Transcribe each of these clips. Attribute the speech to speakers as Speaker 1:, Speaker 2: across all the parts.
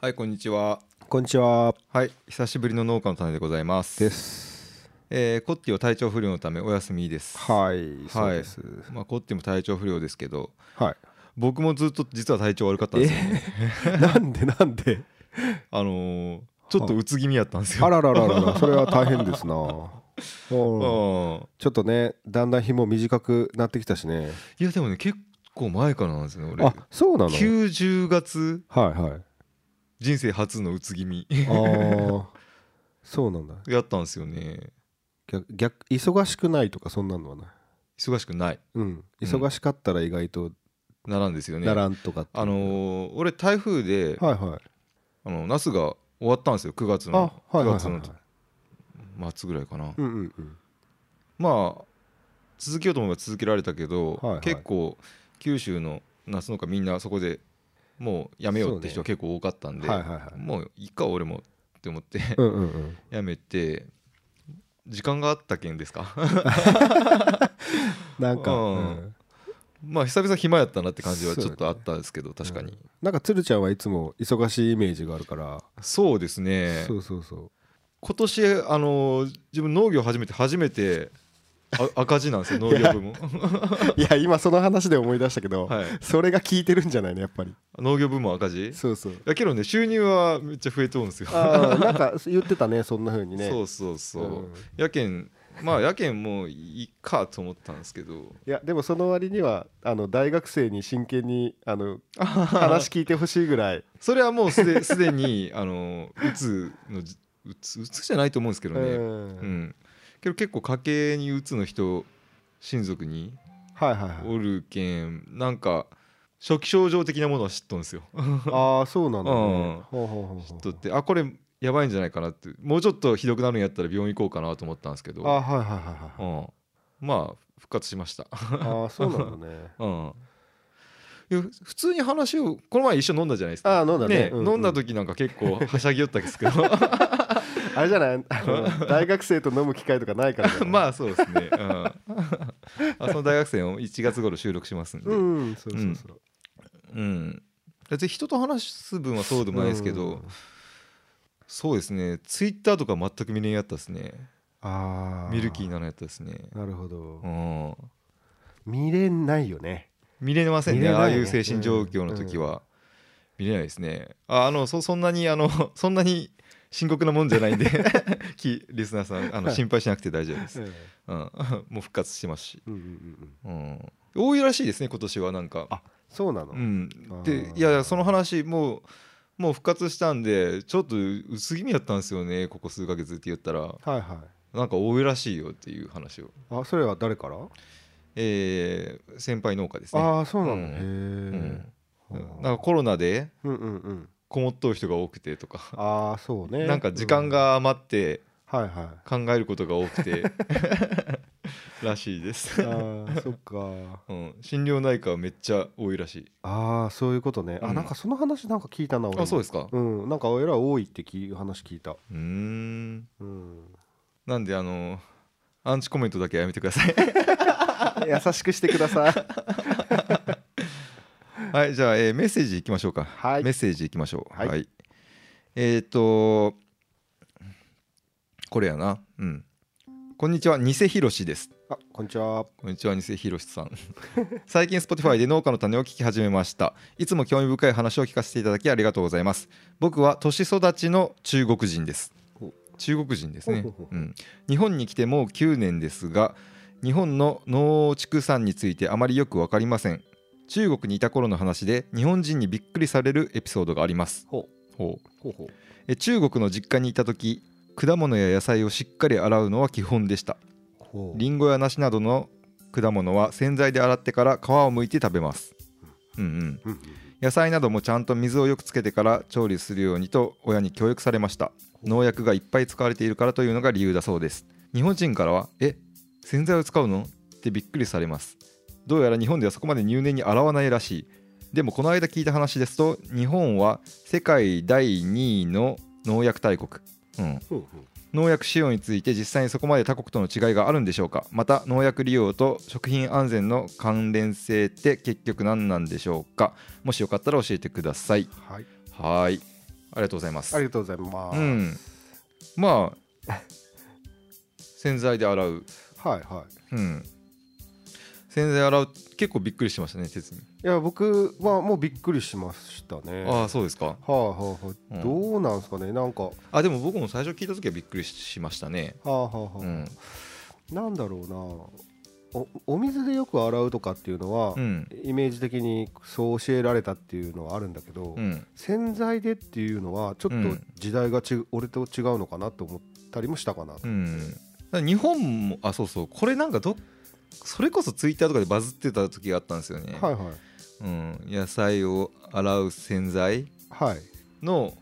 Speaker 1: はいこんにちは
Speaker 2: こんにちは。
Speaker 1: はい久しぶりの農家の種でございます
Speaker 2: です。
Speaker 1: えーコッティは体調不良のためお休みです
Speaker 2: はい、そうです。
Speaker 1: まあ、コッティも体調不良ですけど
Speaker 2: はい。
Speaker 1: 僕もずっと実は体調悪かったんですよね
Speaker 2: なんでな んで。
Speaker 1: あのーちょっとうつ気味やったんですよ
Speaker 2: あららららら、それは大変ですな。
Speaker 1: う
Speaker 2: うん
Speaker 1: ん
Speaker 2: ちょっとね、だんだん日も短くなってきたしね。
Speaker 1: いやでもね結構前からなんですね俺
Speaker 2: あ、そうなの。はい
Speaker 1: 90月
Speaker 2: はい。
Speaker 1: 人生初のうつ気 味
Speaker 2: ああ。そうなんだ。
Speaker 1: やったんですよね
Speaker 2: 逆、逆、忙しくないとか、そんなのはない。
Speaker 1: 忙しくない
Speaker 2: うん、忙しかったら意外と
Speaker 1: ならんですよね
Speaker 2: ならんとかっていう
Speaker 1: あのー俺台風で、
Speaker 2: はいはい
Speaker 1: あの那須が終わったんですよ9月
Speaker 2: あ
Speaker 1: の
Speaker 2: はいはいはい
Speaker 1: 9
Speaker 2: はい
Speaker 1: 月の末ぐらいかな、
Speaker 2: うんうんうん
Speaker 1: まあ続けようと思えば続けられたけど、
Speaker 2: はいはい
Speaker 1: 結構九州の夏農家みんなそこでもうやめようって人
Speaker 2: そう
Speaker 1: が
Speaker 2: ね
Speaker 1: 結構多かったんで、
Speaker 2: はいはいはい
Speaker 1: もういいか俺もって思って
Speaker 2: うんうんうん
Speaker 1: やめて時間があったけんですか
Speaker 2: なんか
Speaker 1: うん
Speaker 2: うん
Speaker 1: まあ久々暇やったなって感じは
Speaker 2: そう
Speaker 1: ちょ
Speaker 2: だ
Speaker 1: っ
Speaker 2: ね
Speaker 1: とあったんですけど確かに、
Speaker 2: なんか鶴ちゃんはいつも忙しいイメージがあるから
Speaker 1: そうですね
Speaker 2: そうそうそう
Speaker 1: 今年あのー自分農業始めて初めてあ 赤字なんですよ農業部も
Speaker 2: いや今その話で思い出したけど、
Speaker 1: はい
Speaker 2: それが効いてるんじゃないのやっぱり
Speaker 1: 農業部門赤字
Speaker 2: そうそう
Speaker 1: だけどね収入はめっちゃ増えとるんですよ、
Speaker 2: ああなんか言ってたねそんな風に ね
Speaker 1: そうそうそう、
Speaker 2: うん
Speaker 1: やけんまあやけんもういいかと思ったんですけど
Speaker 2: いやでもその割にはあの大学生に真剣に あの話聞いてほしいぐらい
Speaker 1: それはもうすですでにあのうつのじうつうつじゃないと思うんですけど
Speaker 2: う
Speaker 1: ねうん、
Speaker 2: ん
Speaker 1: けど結構家計にうつの人親族に
Speaker 2: はいはいはい
Speaker 1: おるけんなんか初期症状的なものは知っとんですよ
Speaker 2: ああそうなんだ
Speaker 1: うん
Speaker 2: ねほうほうほうほう
Speaker 1: とってあこれやばいんじゃないかなってもうちょっとひどくなるんやったら病院行こうかなと思ったんですけど
Speaker 2: ああはいはいはいは
Speaker 1: う
Speaker 2: い
Speaker 1: ん、まあ復活しました、
Speaker 2: ああそうなんだね
Speaker 1: うん、いや普通に話をこの前一緒に飲んだじゃないですか
Speaker 2: あー飲んだねうんうん
Speaker 1: 飲んだ時なんか結構はしゃぎよったんですけど
Speaker 2: あれじゃないあの大学生と飲む機会とかないからじゃない
Speaker 1: まあそうですね、うん、あその大学生を1月頃収録しますんで、
Speaker 2: うんうんそうそうそう
Speaker 1: うん別に人と話す分はそうでもないですけど、
Speaker 2: うん
Speaker 1: そうですねツイッターとか全く見れんやったですね
Speaker 2: ああ
Speaker 1: ミルキーなのやったですね
Speaker 2: なるほど
Speaker 1: うん
Speaker 2: 見れないよね
Speaker 1: 見れませんね
Speaker 2: 見れない
Speaker 1: あ
Speaker 2: ね
Speaker 1: あいう精神状況の時は、見れないですねああのそそんなにあの そんなに深刻なもんじゃないんで きリスナーさんあの心配しなくて大丈夫です、うん、 もう復活してますし、
Speaker 2: うんうんうんうん
Speaker 1: うん、多いらしいですね今年はなんか
Speaker 2: あそうなの
Speaker 1: うんで
Speaker 2: あー
Speaker 1: いやいやその話もうもう復活したんでちょっと薄気味やったんですよねここ数ヶ月って言ったら
Speaker 2: はいは
Speaker 1: なんか多いらしいよっていう話を、
Speaker 2: いあそれは誰から
Speaker 1: えー先輩農家ですね、
Speaker 2: ああそうなの
Speaker 1: うん
Speaker 2: へ
Speaker 1: う
Speaker 2: え
Speaker 1: ん、なんかコロナで
Speaker 2: うんうんうん
Speaker 1: こもっとる人が多くてとか
Speaker 2: ああそうね
Speaker 1: なんか時間が余って
Speaker 2: うんはいはいあ
Speaker 1: 考えることが多くてらしいです、
Speaker 2: ーそっか
Speaker 1: うん、心療内科はめっちゃ多いらしい
Speaker 2: ああそういうことね
Speaker 1: う
Speaker 2: あ
Speaker 1: ん
Speaker 2: なんかその話なんか聞いたな俺
Speaker 1: あそうですすか
Speaker 2: うんなんか俺ら多いってき話聞いた
Speaker 1: うーん
Speaker 2: うん
Speaker 1: なんであのアンチコメントだけはやめてくだ さい
Speaker 2: 優しくしてください
Speaker 1: はいじゃあ、えーメッセージいきましょうか、
Speaker 2: はい
Speaker 1: メッセージいきましょうは、
Speaker 2: はいい
Speaker 1: えっ、とこれやなうんこんにちは偽ひろしです
Speaker 2: あこんにちは
Speaker 1: こんにちは、西広さん。 最近 Spotify で農家の種を聞き始めました。いつも興味深い話を聞かせていただきありがとうございます。僕は年育ちの中国人です
Speaker 2: お。
Speaker 1: 中国人ですね
Speaker 2: ほうほうほ。う
Speaker 1: うん、日本に来てもう9年ですが、日本の農畜産についてあまりよくわかりません。中国にいた頃の話で日本人にびっくりされるエピソードがあります。
Speaker 2: ほ
Speaker 1: ほう
Speaker 2: ほうほう
Speaker 1: え中国の実家にいた時、果物や野菜をしっかり洗うのは基本でした。
Speaker 2: ほう
Speaker 1: リンゴや梨などの果物は洗剤で洗ってから皮を剥いて食べます、うんうん、
Speaker 2: うんうん
Speaker 1: 野菜などもちゃんと水をよくつけてから調理するようにと親に教育されました農薬がいっぱい使われているからというのが理由だそうです日本人からは「え洗剤を使うの?」ってびっくりされますどうやら日本ではそこまで入念に洗わないらしいでもこの間聞いた話ですと日本は世界第2位の農薬大国、うん、
Speaker 2: ほうほう
Speaker 1: 農薬使用について実際にそこまで他国との違いがあるんでしょうかまた農薬利用と食品安全の関連性って結局何なんでしょうかもしよかったら教えてください
Speaker 2: はい
Speaker 1: はーいありがとうございます
Speaker 2: ありがとうございます、
Speaker 1: うんまあ洗剤で洗う
Speaker 2: はいはい
Speaker 1: うん洗剤洗う結構びっくりしましたね鉄に、
Speaker 2: いや僕はもうびっくりしましたね
Speaker 1: あ
Speaker 2: は
Speaker 1: あそうですか
Speaker 2: あ、はあはあ
Speaker 1: うん
Speaker 2: どうなんですかねなんかは
Speaker 1: あでも僕も最初聞いた時はびっくりしましたね
Speaker 2: あはあはあ、
Speaker 1: うん
Speaker 2: なんだろうなおお水でよく洗うとかっていうのは、
Speaker 1: うん
Speaker 2: イメージ的にそう教えられたっていうのはあるんだけど、
Speaker 1: うん
Speaker 2: 洗剤でっていうのはちょ
Speaker 1: う
Speaker 2: っと
Speaker 1: ん
Speaker 2: 時代がち、俺と違うのかなと思ったりもしたかな、
Speaker 1: うん、だから日本もあそうそうこれなんかどっそれこそツイッターとかでバズってた時があったんですよね、
Speaker 2: はいはい
Speaker 1: うん、野菜を洗う洗剤
Speaker 2: はい
Speaker 1: の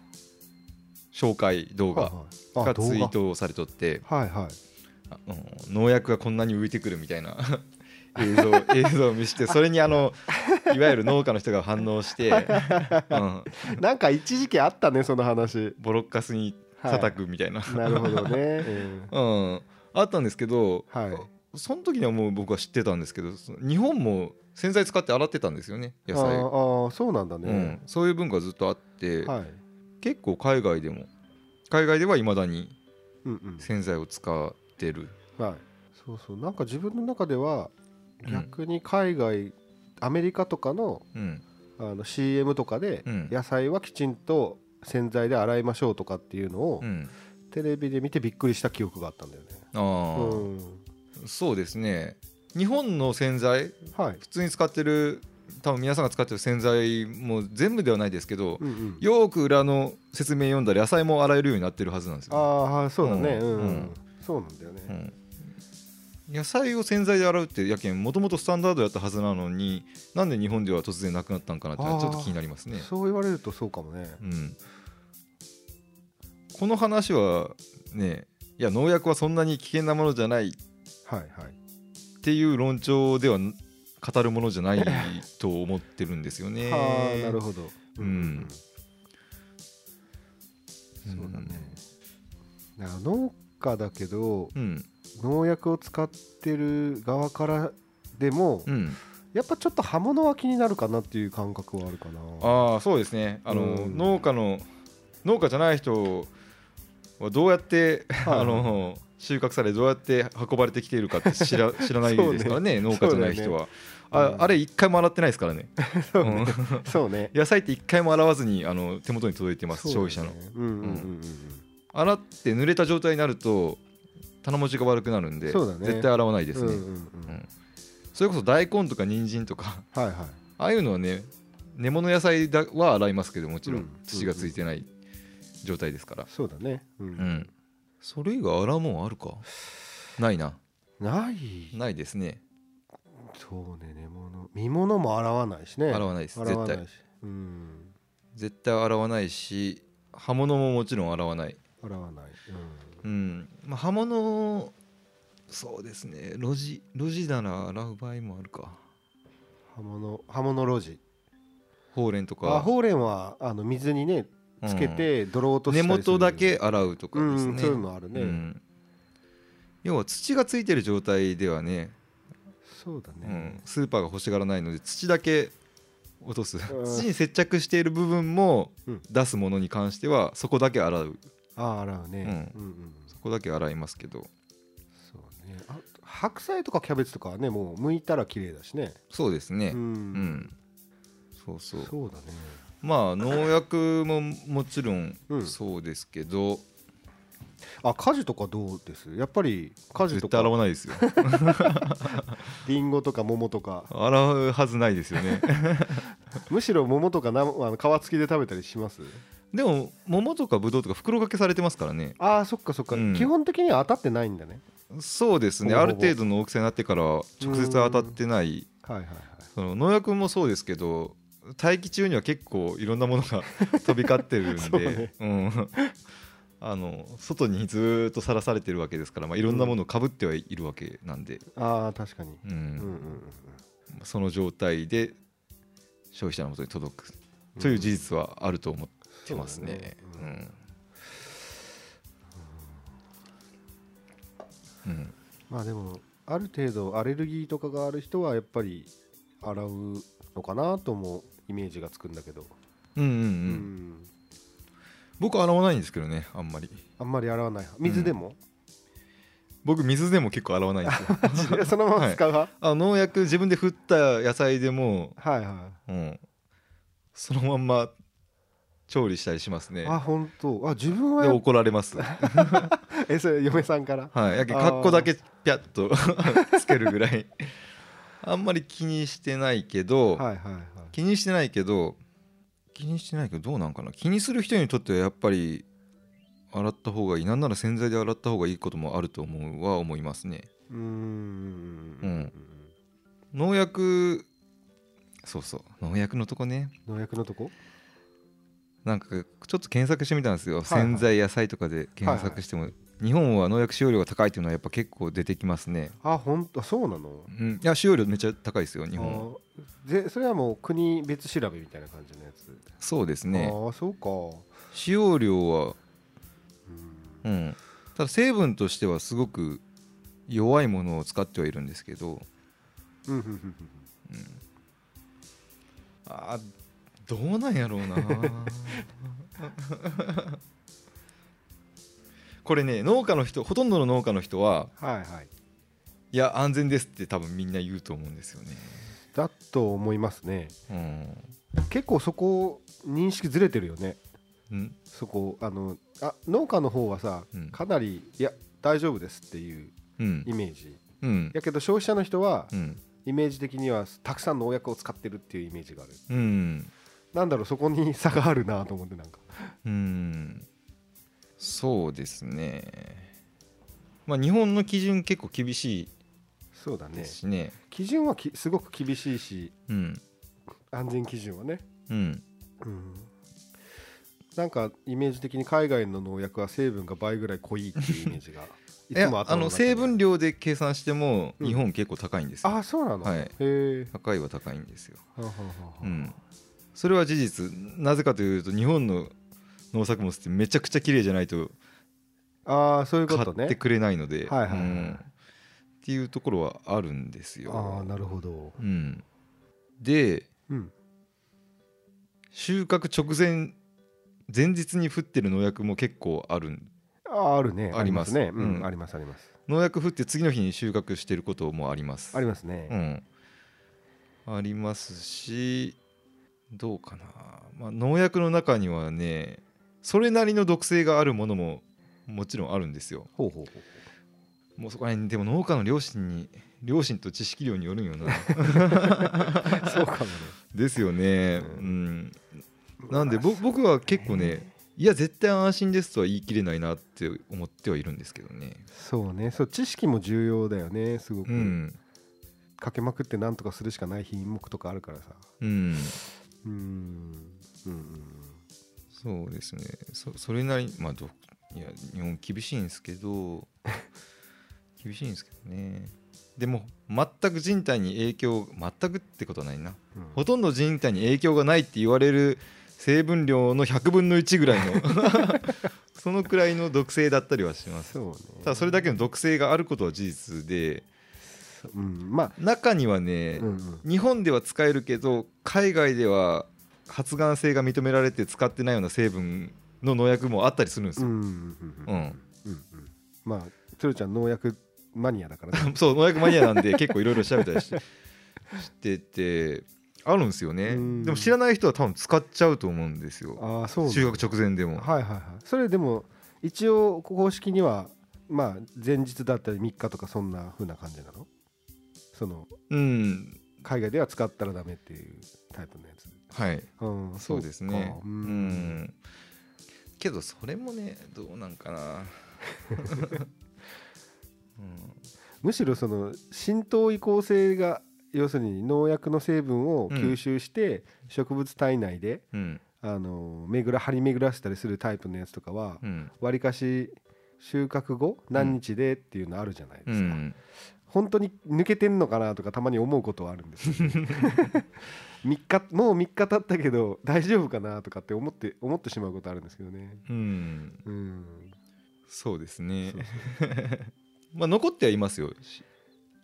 Speaker 1: 紹介動画
Speaker 2: はいはいあ
Speaker 1: が
Speaker 2: 動画
Speaker 1: ツイートされとって
Speaker 2: はいはい
Speaker 1: あの農薬がこんなに浮いてくるみたいな 映像映像を見してそれにあのいわゆる農家の人が反応して、うん、
Speaker 2: なんか一時期あったねその話
Speaker 1: ボロッカスに叩くみたいな、
Speaker 2: なるほどね、うん
Speaker 1: うん、あったんですけど、
Speaker 2: はい
Speaker 1: その時にはもう僕は知ってたんですけどその日本も洗剤使って洗ってたんですよね野
Speaker 2: あ
Speaker 1: 菜、
Speaker 2: ーあーそうなんだ
Speaker 1: う
Speaker 2: ね
Speaker 1: ん、、そういう文化ずっとあって、
Speaker 2: はい
Speaker 1: 結構海外でも海外ではいまだに
Speaker 2: うんうん
Speaker 1: 洗剤を使ってる
Speaker 2: はいそうそうなんか自分の中では
Speaker 1: うん
Speaker 2: 逆に海外、アメリカとかの
Speaker 1: うん
Speaker 2: あの CM とかで
Speaker 1: うん
Speaker 2: 野菜はきちんと洗剤で洗いましょうとかっていうのを
Speaker 1: うん
Speaker 2: テレビで見てびっくりした記憶があったんだよね
Speaker 1: あー
Speaker 2: うん
Speaker 1: そうですね日本の洗剤
Speaker 2: はい
Speaker 1: 普通に使ってる多分皆さんが使ってる洗剤も全部ではないですけど、
Speaker 2: うんうん
Speaker 1: よーく裏の説明読んだら野菜も洗えるようになってるはずなんです
Speaker 2: あ
Speaker 1: よ、
Speaker 2: あはいそうだね
Speaker 1: う
Speaker 2: うんん、
Speaker 1: うん
Speaker 2: そうなんだよ
Speaker 1: う
Speaker 2: ね、
Speaker 1: ん、野菜を洗剤で洗うってやけんもともとスタンダードやったはずなのになんで日本では突然なくなったんかなってのはちょっと気になりますね、
Speaker 2: そう言われるとそうかもね
Speaker 1: うん、この話はねいや農薬はそんなに危険なものじゃないっ
Speaker 2: はいはい
Speaker 1: ていう論調では語るものじゃ ないと思ってるんですよね。
Speaker 2: はあなるほど
Speaker 1: うん
Speaker 2: うんそうだね、な農家だけど
Speaker 1: うん
Speaker 2: 農薬を使ってる側からでも、
Speaker 1: うん、
Speaker 2: やっぱちょっと刃物は気になるかなっていう感覚はあるかな
Speaker 1: ああそうですねあの、
Speaker 2: うん
Speaker 1: 農家の農家じゃない人はどうやって、
Speaker 2: はい
Speaker 1: あの収穫されどうやって運ばれてきているかって知 ら知らないですからね農家じゃない人は、
Speaker 2: だよね
Speaker 1: ああれ一回も洗ってないですからね
Speaker 2: そう
Speaker 1: う
Speaker 2: ね
Speaker 1: ん
Speaker 2: そうね
Speaker 1: 野菜って一回も洗わずにあの手元に届いてます、
Speaker 2: そうだ
Speaker 1: 消
Speaker 2: よ
Speaker 1: 費者の
Speaker 2: ねうんうんうんうん
Speaker 1: 洗って濡れた状態になると棚持ちが悪くなるんで、
Speaker 2: そうだね
Speaker 1: 絶対洗わないで
Speaker 2: う
Speaker 1: す
Speaker 2: ん
Speaker 1: ね、
Speaker 2: うんうん
Speaker 1: うんそれこそ大根とか人参とか
Speaker 2: はいはい
Speaker 1: ああいうのはね根物野菜だは洗いますけどもちろ
Speaker 2: うんん
Speaker 1: 土がついてない状態ですから
Speaker 2: そうだねうん
Speaker 1: うん、それ以外洗うもんあるかないな
Speaker 2: ない
Speaker 1: ないですね
Speaker 2: そうね根物見物も洗わないしね
Speaker 1: 洗わないです
Speaker 2: 洗わ
Speaker 1: 絶
Speaker 2: な
Speaker 1: 対
Speaker 2: いしうん
Speaker 1: 絶対洗わないし刃物ももちろん洗わない
Speaker 2: 洗わない
Speaker 1: うん、まあ、刃物そうですね路地路地なら洗う場合もあるか
Speaker 2: うん刃物刃物路地
Speaker 1: ほうれんとか
Speaker 2: あほうれんはあの水にね
Speaker 1: うん
Speaker 2: つけて泥落とした
Speaker 1: 根
Speaker 2: りする
Speaker 1: 元だけ洗うとか
Speaker 2: う
Speaker 1: ですね、
Speaker 2: んそういうのある
Speaker 1: う
Speaker 2: ね
Speaker 1: ん要は土がついてる状態ではね、
Speaker 2: そうだ
Speaker 1: う
Speaker 2: ね
Speaker 1: ん、スーパーが欲しがらないので土だけ落とす
Speaker 2: ん
Speaker 1: 土に接着している部分も
Speaker 2: うん
Speaker 1: 出すものに関してはそこだけ洗う
Speaker 2: あ洗うねうんうん
Speaker 1: そこだけ洗いますけど
Speaker 2: そうねあ白菜とかキャベツとかはねもう剥いたら綺麗だしね
Speaker 1: そうですね
Speaker 2: う
Speaker 1: うん、
Speaker 2: ん
Speaker 1: そうそう
Speaker 2: そうだね
Speaker 1: まあ農薬ももちろん
Speaker 2: うん
Speaker 1: そうですけど、
Speaker 2: あ果樹とかどうですやっぱり果樹
Speaker 1: 絶
Speaker 2: と
Speaker 1: 対洗
Speaker 2: か
Speaker 1: わないですよ
Speaker 2: リンゴとか桃と か
Speaker 1: 洗うはずないですよね
Speaker 2: むしろ桃とかなあの皮付きで食べたりします
Speaker 1: でも桃とかぶどうとか袋掛けされてますからね
Speaker 2: あーそっかそっか、
Speaker 1: うん
Speaker 2: 基本的には当たってないんだね
Speaker 1: そうですね
Speaker 2: ほぼ
Speaker 1: あ
Speaker 2: ほ
Speaker 1: る
Speaker 2: ぼ
Speaker 1: 程度の大きさになってから直接当たってない
Speaker 2: はいはいはい
Speaker 1: その農薬もそうですけど大気中には結構いろんなものが 飛び交ってるん
Speaker 2: そう
Speaker 1: で
Speaker 2: ね
Speaker 1: うん、あの外にずーっとさらされてるわけですから、まあ、いろんなものをかぶってはいるわけなんで、
Speaker 2: ああ確かに
Speaker 1: うん
Speaker 2: うんうんうん
Speaker 1: その状態で消費者のもとに届く
Speaker 2: うん
Speaker 1: という事実はあると思ってますね。
Speaker 2: そ
Speaker 1: う
Speaker 2: うだね
Speaker 1: んうん
Speaker 2: まあでもある程度アレルギーとかがある人はやっぱり洗うのかなともイメージがつくんだけど
Speaker 1: うんうんう
Speaker 2: うんん
Speaker 1: 僕洗わないんですけどねあんまり
Speaker 2: あんまり洗わない水でも、
Speaker 1: 僕水でも結構洗わないんですよ
Speaker 2: そのまま使う派、
Speaker 1: あ農薬自分で振った野菜でも、
Speaker 2: はい、はい
Speaker 1: うん、そのまんま調理したりしますね
Speaker 2: あ本当あ自分は
Speaker 1: で
Speaker 2: や
Speaker 1: 怒られます
Speaker 2: えそれ嫁さんから
Speaker 1: はいやけ
Speaker 2: あー
Speaker 1: 格好だけピャッと つけるぐらいあんまり気にしてないけど、
Speaker 2: はいはいはい
Speaker 1: 気にしてないけど気にしてないけどどうなんかな気にする人にとってはやっぱり洗った方がいいなんなら洗剤で洗った方がいいこともあると思うは思いますね
Speaker 2: うーん
Speaker 1: うん農薬そうそう農薬のとこね
Speaker 2: 農薬のとこ
Speaker 1: なんかちょっと検索してみたんですよ、
Speaker 2: い
Speaker 1: 洗剤野菜とかで検索しても、日本は農薬使用量が高いっていうのはやっぱ結構出てきますね
Speaker 2: あ本当そうなの
Speaker 1: うんいや使用量めっちゃ高いですよ日本は
Speaker 2: あーでそれはもう国別調べみたいな感じのやつ、
Speaker 1: そうですね
Speaker 2: ああそうか、
Speaker 1: 使用量は
Speaker 2: う
Speaker 1: う
Speaker 2: ん
Speaker 1: ん、ただ成分としてはすごく弱いものを使ってはいるんですけど
Speaker 2: うんうんうんうん
Speaker 1: あーどうなんやろうな これね農家の人ほとんどの農家の人は
Speaker 2: はいはい
Speaker 1: いや安全ですって多分みんな言うと思うんですよね、
Speaker 2: だと思いますね結構そこ認識ずれてるよね
Speaker 1: うんん、
Speaker 2: そこあのあ農家の方はさ、
Speaker 1: うん
Speaker 2: かなりいや大丈夫ですっていう
Speaker 1: うん
Speaker 2: イメージ
Speaker 1: うん
Speaker 2: やけど消費者の人は、
Speaker 1: うん
Speaker 2: イメージ的にはたくさんの農薬を使ってるっていうイメージがある
Speaker 1: うん
Speaker 2: なんだろうそこに差があるなと思ってなんか
Speaker 1: うんそうですねまあ日本の基準結構厳し
Speaker 2: そうだ
Speaker 1: いで
Speaker 2: ね
Speaker 1: すしね
Speaker 2: 基準はきすごく厳しいし
Speaker 1: うん
Speaker 2: 安全基準はね
Speaker 1: うん
Speaker 2: うんなんかイメージ的に海外の農薬は成分が倍ぐらい濃いっていうイメージがい
Speaker 1: いや
Speaker 2: つも頭
Speaker 1: あ
Speaker 2: の
Speaker 1: の
Speaker 2: 中に
Speaker 1: 成分量で計算しても
Speaker 2: うん
Speaker 1: 日本結構高いんですよ、
Speaker 2: あそうなの、
Speaker 1: はい
Speaker 2: へえ
Speaker 1: 高いは高いんですよ、
Speaker 2: はあはあはあ
Speaker 1: うん、それは事実なぜかというと日本の農作物ってめちゃくちゃ綺麗じゃないと
Speaker 2: ああそういうこ
Speaker 1: 買
Speaker 2: と
Speaker 1: って
Speaker 2: ね
Speaker 1: くれないので、
Speaker 2: はいはいはい
Speaker 1: うんっていうところはあるんですよ
Speaker 2: ああなるほど
Speaker 1: うん、で
Speaker 2: うん
Speaker 1: 収穫直前前日に降ってる農薬も結構ある
Speaker 2: あーあるね
Speaker 1: あります
Speaker 2: ねう
Speaker 1: うん
Speaker 2: んありますあります
Speaker 1: 農薬降って次の日に収穫してることもあります
Speaker 2: ありますね
Speaker 1: うん、ありますしどうかな、まあ、農薬の中にはねそれなりの毒性があるものももちろんあるんですよ
Speaker 2: ほうほうほう
Speaker 1: もうそこら辺でも農家の両親に両親と知識量によるんよ な
Speaker 2: そうかもね。
Speaker 1: ですよねう
Speaker 2: うん
Speaker 1: なんで
Speaker 2: まあ
Speaker 1: ぼ僕は結構ねいや絶対安心ですとは言い切れないなって思ってはいるんですけどね
Speaker 2: そうね、そう知識も重要だよね、すごく。
Speaker 1: うん
Speaker 2: かけまくってなんとかするしかない品目とかあるからさ。
Speaker 1: うん
Speaker 2: うーん。うんうん
Speaker 1: そうですねそそれなりまあどいや日本厳しいんですけ ど厳しいんですけどねでも全く人体に影響全くってことはないな
Speaker 2: うん
Speaker 1: ほとんど人体に影響がないって言われる成分量の100分の1ぐらい のそのくらいの毒性だったりはします
Speaker 2: そうね。
Speaker 1: ただそれだけの毒性があることは事実で
Speaker 2: うん、まあ、
Speaker 1: 中にはね、
Speaker 2: うんうん、
Speaker 1: 日本では使えるけど海外では発がん性が認められて使ってないような成分の農薬もあったりするんです
Speaker 2: うん
Speaker 1: よ、
Speaker 2: うんうんうんうんうんまあ、鶴ちゃん農薬マニアだから
Speaker 1: う
Speaker 2: ね。
Speaker 1: んそう農薬マニアなんで結構いろいろ調べたりしてしててあるんですよね
Speaker 2: うん
Speaker 1: でも知らない人は多分使っちゃうと思うんですよ
Speaker 2: ああ、そうなんだ
Speaker 1: 収穫直前でも、
Speaker 2: はいはいはい。それでも、一応公式には、まあ、前日だったり3日とかそんな風な感じなのその、
Speaker 1: うん
Speaker 2: 海外では使ったらダメっていうタイプのやつ。
Speaker 1: はい
Speaker 2: うん、
Speaker 1: そうですねう
Speaker 2: かうんん
Speaker 1: けどそれもねどうなんか な、うん
Speaker 2: むしろその浸透移行性が要するに農薬の成分を吸収して植物体内で、
Speaker 1: うん
Speaker 2: あの巡ら張り巡らせたりするタイプのやつとかは
Speaker 1: うん
Speaker 2: わりかし収穫後何日でっていうのあるじゃないです
Speaker 1: う
Speaker 2: か、
Speaker 1: ん
Speaker 2: 本当に抜けてんのかなとかたまに思うことはあるんですよ、3日もう3日経ったけど大丈夫かなとかって思って思ってしまうことあるんですけどね
Speaker 1: うん
Speaker 2: うん
Speaker 1: そうですね
Speaker 2: そう
Speaker 1: まあ残ってはいますよし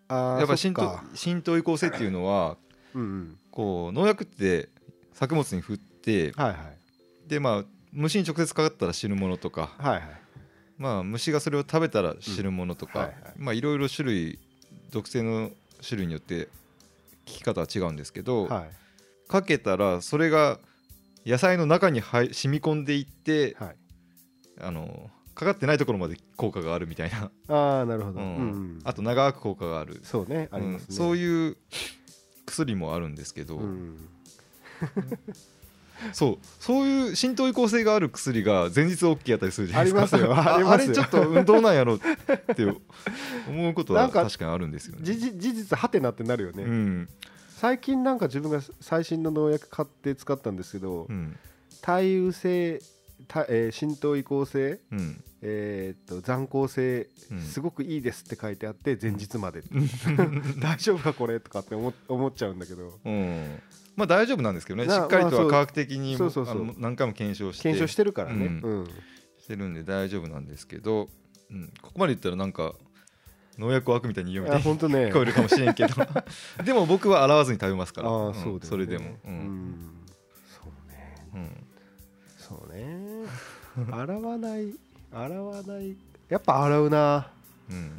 Speaker 2: あー
Speaker 1: やっぱ
Speaker 2: そ
Speaker 1: 浸透
Speaker 2: か
Speaker 1: 浸透移行性っていうのは
Speaker 2: うんうん
Speaker 1: こう農薬って作物に振って
Speaker 2: はいはい
Speaker 1: でまあ虫に直接かかったら死ぬものとか、
Speaker 2: はいはい
Speaker 1: まあ、虫がそれを食べたら死ぬものとか、
Speaker 2: うんはいはい
Speaker 1: まあいろいろ種類毒性の種類によって効き方は違うんですけど、
Speaker 2: はい
Speaker 1: かけたらそれが野菜の中にはい染み込んでいって、
Speaker 2: はい
Speaker 1: あのかかってないところまで効果があるみたいな、
Speaker 2: ああなるほど、
Speaker 1: う
Speaker 2: うんんうん、
Speaker 1: あと長く効果がある
Speaker 2: そうねありますね、
Speaker 1: うんそう
Speaker 2: い
Speaker 1: いう薬もあるんですけど、
Speaker 2: うん、
Speaker 1: そうそういう浸透移行性がある薬が前日 OK やったりするじゃないですか
Speaker 2: あります よ
Speaker 1: あ
Speaker 2: ありますよ
Speaker 1: れちょっと運動なんやろって思うこと
Speaker 2: な
Speaker 1: は
Speaker 2: んか
Speaker 1: 確かにあるんですよね
Speaker 2: 事実事実はてなってなるよね、
Speaker 1: うん
Speaker 2: 最近なんか自分が最新の農薬買って使ったんですけど、
Speaker 1: うん
Speaker 2: 耐雨性た、えー浸透移行性
Speaker 1: うん
Speaker 2: えーっと残光性
Speaker 1: うん
Speaker 2: すごくいいですって書いてあって前日まで、 大丈夫かこれとかって思思っちゃうんだけど
Speaker 1: うんまあ大丈夫なんですけどねし
Speaker 2: な
Speaker 1: っかりと
Speaker 2: まあそ
Speaker 1: は
Speaker 2: う
Speaker 1: 科学的に
Speaker 2: そうそうそう
Speaker 1: あの何回も検証して
Speaker 2: 検証してるからね、
Speaker 1: う
Speaker 2: うんん
Speaker 1: してるんで大丈夫なんですけど、うん、ここまで言ったらなんか農薬を悪みたいに言うみた
Speaker 2: あ
Speaker 1: いに
Speaker 2: 本当ね
Speaker 1: 聞こえるかもしれんけど でも僕は洗わずに食べますから
Speaker 2: あ
Speaker 1: う
Speaker 2: あ
Speaker 1: ん
Speaker 2: そうだよね
Speaker 1: それでも、う
Speaker 2: うんんそうね
Speaker 1: うん
Speaker 2: そうね洗わない 洗わないやっぱ洗うな
Speaker 1: うん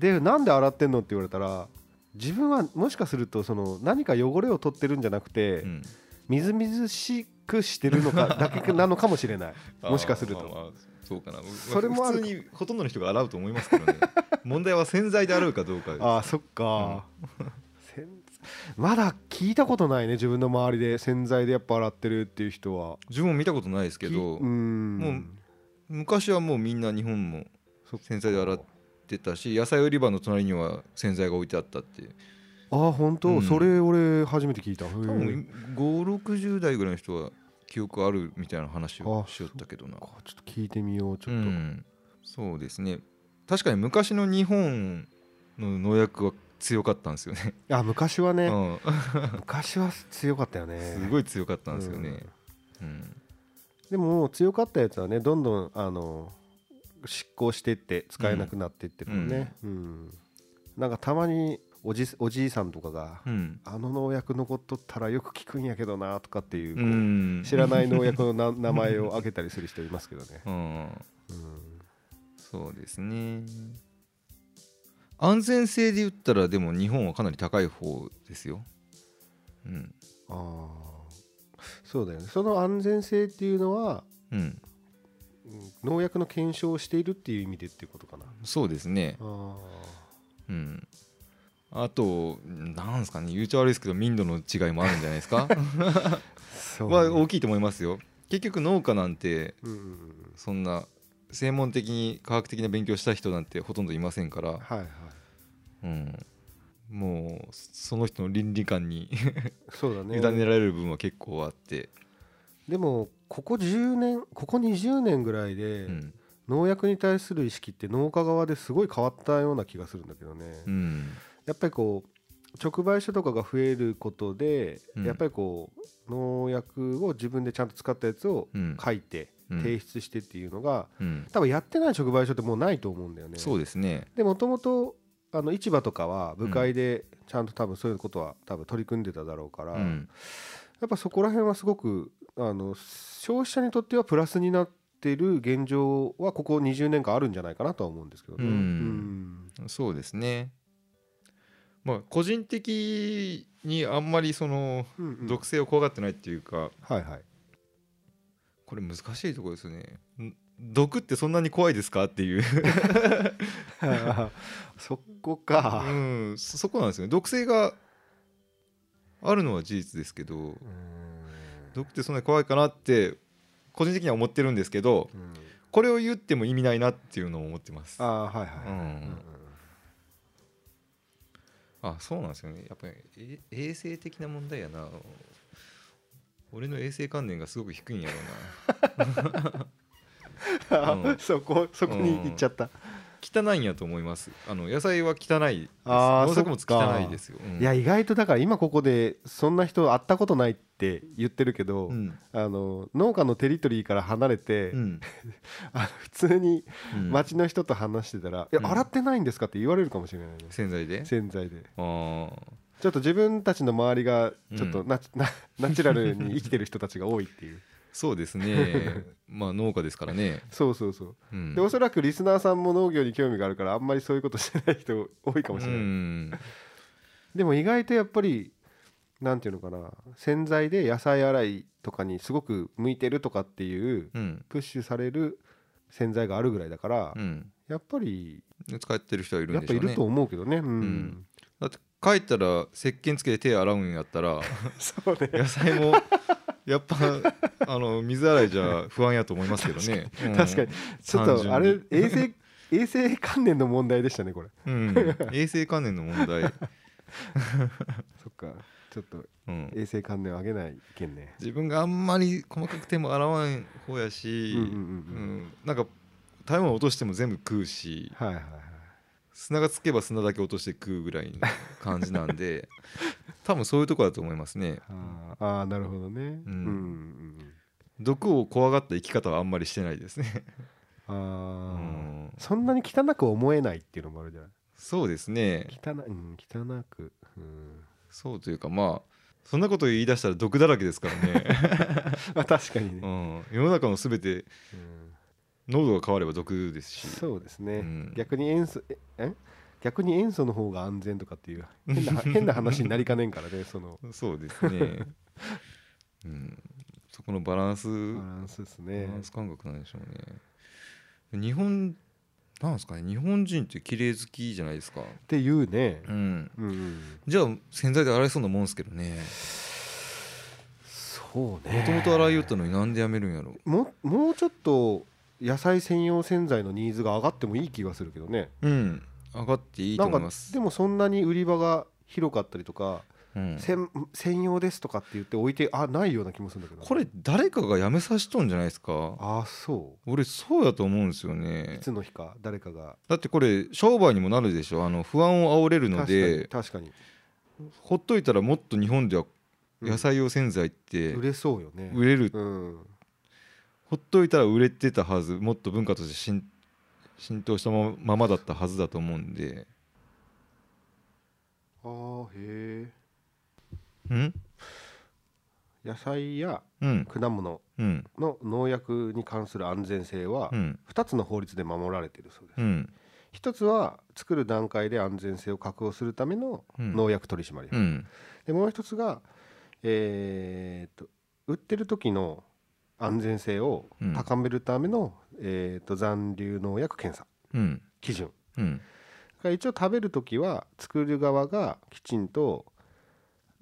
Speaker 2: でなんで洗ってんのって言われたら自分はもしかするとその何か汚れを取ってるんじゃなくて、
Speaker 1: うん
Speaker 2: みずみずしくしてるのかだけなのかもしれないもしかす る
Speaker 1: あーまあ
Speaker 2: と
Speaker 1: まあそうかな
Speaker 2: それもある
Speaker 1: 普通にほとんどの人が洗うと思いますけどね問題は洗剤で洗うかどうかです
Speaker 2: ああそっか、 洗まだ聞いたことないね自分の周りで洗剤でやっぱ洗ってるっていう人は
Speaker 1: 自分も見たことないですけど、
Speaker 2: きうーん
Speaker 1: もう昔はもうみんな日本も
Speaker 2: そっか
Speaker 1: 洗剤で洗ってたし野菜売り場の隣には洗剤が置いてあったって
Speaker 2: ああ本当、
Speaker 1: うん
Speaker 2: それ俺初めて聞いたへえ
Speaker 1: 多分560代ぐらいの人は記憶あるみたいな話を
Speaker 2: あ
Speaker 1: しよったけどな
Speaker 2: そっかちょっと聞いてみようちょっと、
Speaker 1: うんそうですね確かに昔の日本の農薬は強かったんですよね、
Speaker 2: あ昔は
Speaker 1: う
Speaker 2: ね、
Speaker 1: ん、
Speaker 2: 昔は強かったよ ね
Speaker 1: すごい強かったんですよね、うん
Speaker 2: でももう強かったやつはねどんどんあの執行してって使えなくなっていってるもんね、うんなんかたまにおじおじいさんとかが、
Speaker 1: うん
Speaker 2: あの農薬残っとったらよく聞くんやけどなとかっていう、こう
Speaker 1: うん、
Speaker 2: 知らない農薬のな名前を挙げたりする人いますけど ね、
Speaker 1: うん、
Speaker 2: うん
Speaker 1: そうですね安全性で言ったらでも日本はかなり高い方ですよ、うん
Speaker 2: あーそうだよねその安全性っていうのは
Speaker 1: うん、
Speaker 2: うん農薬の検証をしているっていう意味でっていうことかな
Speaker 1: そうですね
Speaker 2: あ、ー
Speaker 1: うん、あとなんですかね言うちゃ悪いですけど民度の違いもあるんじゃないです か
Speaker 2: そうね
Speaker 1: は大きいと思いますよ結局農家なんて
Speaker 2: うんうんうん
Speaker 1: そんな専門的に科学的な勉強した人なんてほとんどいませんから、
Speaker 2: はいはい
Speaker 1: うん、もうその人の倫理観に
Speaker 2: そうだね
Speaker 1: 委ねられる部分は結構あって、
Speaker 2: でもここ10年ここ20年ぐらいで、
Speaker 1: うん
Speaker 2: 農薬に対する意識って農家側ですごい変わったような気がするんだけどね、
Speaker 1: うん
Speaker 2: やっぱりこう直売所とかが増えることで、
Speaker 1: うん
Speaker 2: やっぱりこう農薬を自分でちゃんと使ったやつを
Speaker 1: うん
Speaker 2: 書いて
Speaker 1: うん
Speaker 2: 提出してっていうのが、
Speaker 1: うん、
Speaker 2: 多分やってない直売所ってもうないと思うんだよね
Speaker 1: そうですね。
Speaker 2: でもともとあの市場とかは部会でちゃんと多分そういうことは多分取り組んでただろうから、
Speaker 1: うん、
Speaker 2: やっぱそこら辺はすごくあの消費者にとってはプラスになってる現状はここ20年間あるんじゃないかなとは思うんですけどね。
Speaker 1: うん
Speaker 2: うん
Speaker 1: そうですね。まあ個人的にあんまりその
Speaker 2: うんうん
Speaker 1: 毒性を怖がってないっていうか、
Speaker 2: はいはい
Speaker 1: これ難しいところですよね。ん毒ってそんなに怖いですかっていう、
Speaker 2: そこ
Speaker 1: う
Speaker 2: か。
Speaker 1: ん、そそこなんですよね。毒性があるのは事実ですけど、毒ってそんなに怖いかなって個人的には思ってるんですけど、
Speaker 2: うん
Speaker 1: これを言っても意味ないなっていうのを思ってます。
Speaker 2: あ
Speaker 1: あ
Speaker 2: あはいはい。
Speaker 1: うん
Speaker 2: うんうん
Speaker 1: そうなんですよね。やっぱりえ衛生的な問題やな。俺の衛生観念がすごく低いんやろう な。うん
Speaker 2: そこそこに行っちゃった。
Speaker 1: 汚いんやと思いますあの野菜は汚いです
Speaker 2: あー
Speaker 1: 農作物
Speaker 2: そっか
Speaker 1: 汚いですよ、うん
Speaker 2: いや意外とだから今ここでそんな人会ったことないって言ってるけど、
Speaker 1: うん
Speaker 2: あの農家のテリトリーから離れて、
Speaker 1: うん
Speaker 2: あの普通に
Speaker 1: うん
Speaker 2: 街の人と話してたら「いや
Speaker 1: うん
Speaker 2: 洗ってないんですか?」って言われるかもしれないね
Speaker 1: 洗剤で
Speaker 2: 洗剤で
Speaker 1: あー
Speaker 2: ちょっと自分たちの周りがちょっ
Speaker 1: う
Speaker 2: とナ,、ナナチュラルに生きてる人たちが多いっていう
Speaker 1: そうです ねまあ農家ですからね、
Speaker 2: そうそうそう
Speaker 1: うん、
Speaker 2: でおそらくリスナーさんも農業に興味があるからあんまりそういうことしてない人多いかもしれない、
Speaker 1: うん
Speaker 2: でも意外とやっぱりなんていうのかな洗剤で野菜洗いとかにすごく向いてるとかっていう
Speaker 1: うん
Speaker 2: プッシュされる洗剤があるぐらいだから、
Speaker 1: うん
Speaker 2: やっぱり
Speaker 1: 使ってる人はいる
Speaker 2: や
Speaker 1: ん
Speaker 2: っ
Speaker 1: で
Speaker 2: ぱ
Speaker 1: しょ
Speaker 2: いう
Speaker 1: ね
Speaker 2: ると思うけどねうん、
Speaker 1: だって帰ったら石鹸つけて手洗うんやったら
Speaker 2: そうね
Speaker 1: 野菜もやっぱあの水洗いじゃ不安やと思いますけどね
Speaker 2: 確かにちょっとあれ
Speaker 1: 単
Speaker 2: 衛生衛生関連の問題でしたねこれ
Speaker 1: うん、うん衛生関連の問 題、
Speaker 2: そっかちょっと
Speaker 1: うん、
Speaker 2: 衛生関連を上げないけんね
Speaker 1: 自分があんまり細かく手も洗わん方や
Speaker 2: う
Speaker 1: し、
Speaker 2: んうんうん
Speaker 1: う
Speaker 2: うん
Speaker 1: んなんか食べ物落としても全部食うし
Speaker 2: はいはいはい
Speaker 1: 砂がつけば砂だけ落として食うぐらいの感じなん で多分そういうとこだと思いますね
Speaker 2: あーあーなるほどね
Speaker 1: う
Speaker 2: うんんうん
Speaker 1: 毒を怖がった生き方はあんまりしてないですね、
Speaker 2: うん
Speaker 1: う
Speaker 2: ああ
Speaker 1: ん、
Speaker 2: そんなに汚く思えないっていうのもあるじゃない
Speaker 1: そうですね
Speaker 2: 汚いうん汚くうん
Speaker 1: そうというかまあそんなこと言い出したら毒だらけですから ね、
Speaker 2: あ確かに
Speaker 1: う
Speaker 2: ね
Speaker 1: ん、世の中の全て
Speaker 2: うん
Speaker 1: 濃度が変われば毒ですし
Speaker 2: そうです
Speaker 1: う
Speaker 2: ね
Speaker 1: ん
Speaker 2: 逆に塩素ええ逆に塩素の方が安全とかっていう変 な変な話になりかねんからねその
Speaker 1: そうです ね、うん、そこのバランス
Speaker 2: バランスですね
Speaker 1: バランス感覚なんでしょうね日本なんですかね日本人って綺麗好きじゃないですか
Speaker 2: っていうね
Speaker 1: うん
Speaker 2: うんうん
Speaker 1: じゃあ洗剤で洗いそうなもんですけどね
Speaker 2: そうね
Speaker 1: もともと洗いよったのになんでやめるんやろ
Speaker 2: ももうちょっと野菜専用洗剤のニーズが上がってもいい気がするけどね
Speaker 1: うん上がっていいと
Speaker 2: なん
Speaker 1: 思い
Speaker 2: か
Speaker 1: ます
Speaker 2: でもそんなに売り場が広かったりとか、
Speaker 1: うん、
Speaker 2: 専専用ですとかって言って置いてあないような気もするんだけど
Speaker 1: これ誰かがやめさしとんじゃないですか
Speaker 2: ああそ
Speaker 1: 俺そうやと思うんですよ
Speaker 2: うい
Speaker 1: ね
Speaker 2: つの日か誰かが
Speaker 1: だってこれ商売にもなるでしょあの不安を煽れるの
Speaker 2: 確かに
Speaker 1: で
Speaker 2: 確かに
Speaker 1: ほっといたらもっと日本では
Speaker 2: うん
Speaker 1: 野菜用洗剤って
Speaker 2: 売れそうよね
Speaker 1: 売れる
Speaker 2: うん
Speaker 1: ほっといたら売れてたはずもっと文化として浸浸透したまままだったはずだと思うんで
Speaker 2: あーへ
Speaker 1: うん
Speaker 2: え野菜や
Speaker 1: うん
Speaker 2: 果物
Speaker 1: うん
Speaker 2: の農薬に関する安全性は
Speaker 1: うん
Speaker 2: 2つの法律で守られているそうです
Speaker 1: うん
Speaker 2: 一つは作る段階で安全性を確保するための
Speaker 1: うん
Speaker 2: 農薬取締り、
Speaker 1: うん
Speaker 2: でもう一つが、えーっと売ってる時の安全性を
Speaker 1: うん
Speaker 2: 高めるための、えーっと残留農薬検査
Speaker 1: うん
Speaker 2: 基準
Speaker 1: うん
Speaker 2: だから一応食べる時は作る側がきちんと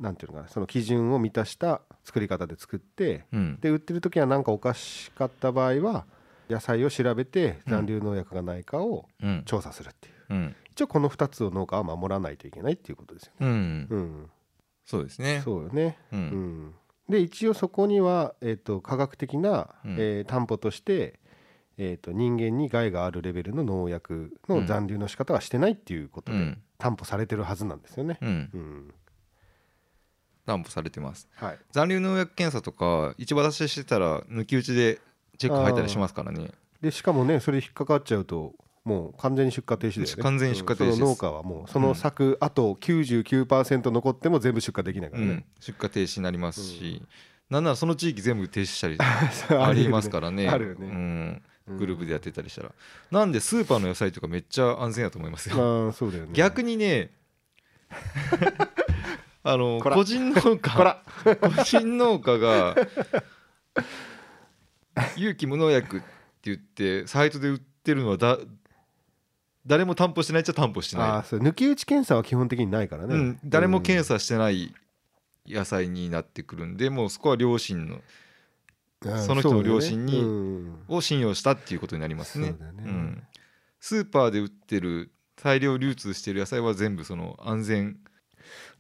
Speaker 2: なんていうのかなその基準を満たした作り方で作って
Speaker 1: うん
Speaker 2: で売ってる時は何かおかしかった場合は野菜を調べて残留農薬がないかを
Speaker 1: うん
Speaker 2: 調査するっていう。
Speaker 1: うん
Speaker 2: 一応この2つを農家は守らないといけないっていうことですよね。
Speaker 1: うん
Speaker 2: うん、
Speaker 1: そうですね
Speaker 2: そうよね、
Speaker 1: う
Speaker 2: うんん、で一応そこには、えー、と科学的な、
Speaker 1: うん
Speaker 2: えー担保として、えー、と人間に害があるレベルの農薬
Speaker 1: うん
Speaker 2: の残留の仕方はしてないっていうこと
Speaker 1: う
Speaker 2: で、
Speaker 1: ん
Speaker 2: 担保されてるはずなんですよね。
Speaker 1: うん
Speaker 2: うん
Speaker 1: 担保されてます
Speaker 2: はい、
Speaker 1: 残留農薬検査とか一場出ししてたら抜き打ちでチェック入ったりしますからね
Speaker 2: でしかもねそれ引っかかっちゃうともう完全に出荷停止です、ね、
Speaker 1: 完全に出荷停止
Speaker 2: うん
Speaker 1: です
Speaker 2: その農家はもうそうの
Speaker 1: ん
Speaker 2: 作、あと99%残っても全部出荷できないか
Speaker 1: う
Speaker 2: らね。
Speaker 1: ん出荷停止になりますし、なんならその地域全部停止したり
Speaker 2: あ
Speaker 1: あ
Speaker 2: りえるね
Speaker 1: りますからね
Speaker 2: あるよね
Speaker 1: うん、グループでやってたりしたら、なんでスーパーの野菜とかめっちゃ安全やと思いますよ、
Speaker 2: ああそうだよね
Speaker 1: 逆にね あの
Speaker 2: こら
Speaker 1: 個人農
Speaker 2: こ
Speaker 1: 家
Speaker 2: ら
Speaker 1: 個人農家が有機無農薬って言ってサイトで売ってるのはだ誰も担保してないっちゃ担保してない
Speaker 2: ああそう抜き打ち検査は基本的にないからね、
Speaker 1: うん、誰も検査してない野菜になってくるんでもうそこは両親の
Speaker 2: 査、うん
Speaker 1: その人の両親に
Speaker 2: うん
Speaker 1: を信用したっていうことになりますね
Speaker 2: そうだよね
Speaker 1: ん、スーパーで売ってる大量流通してる野菜は全部その安全、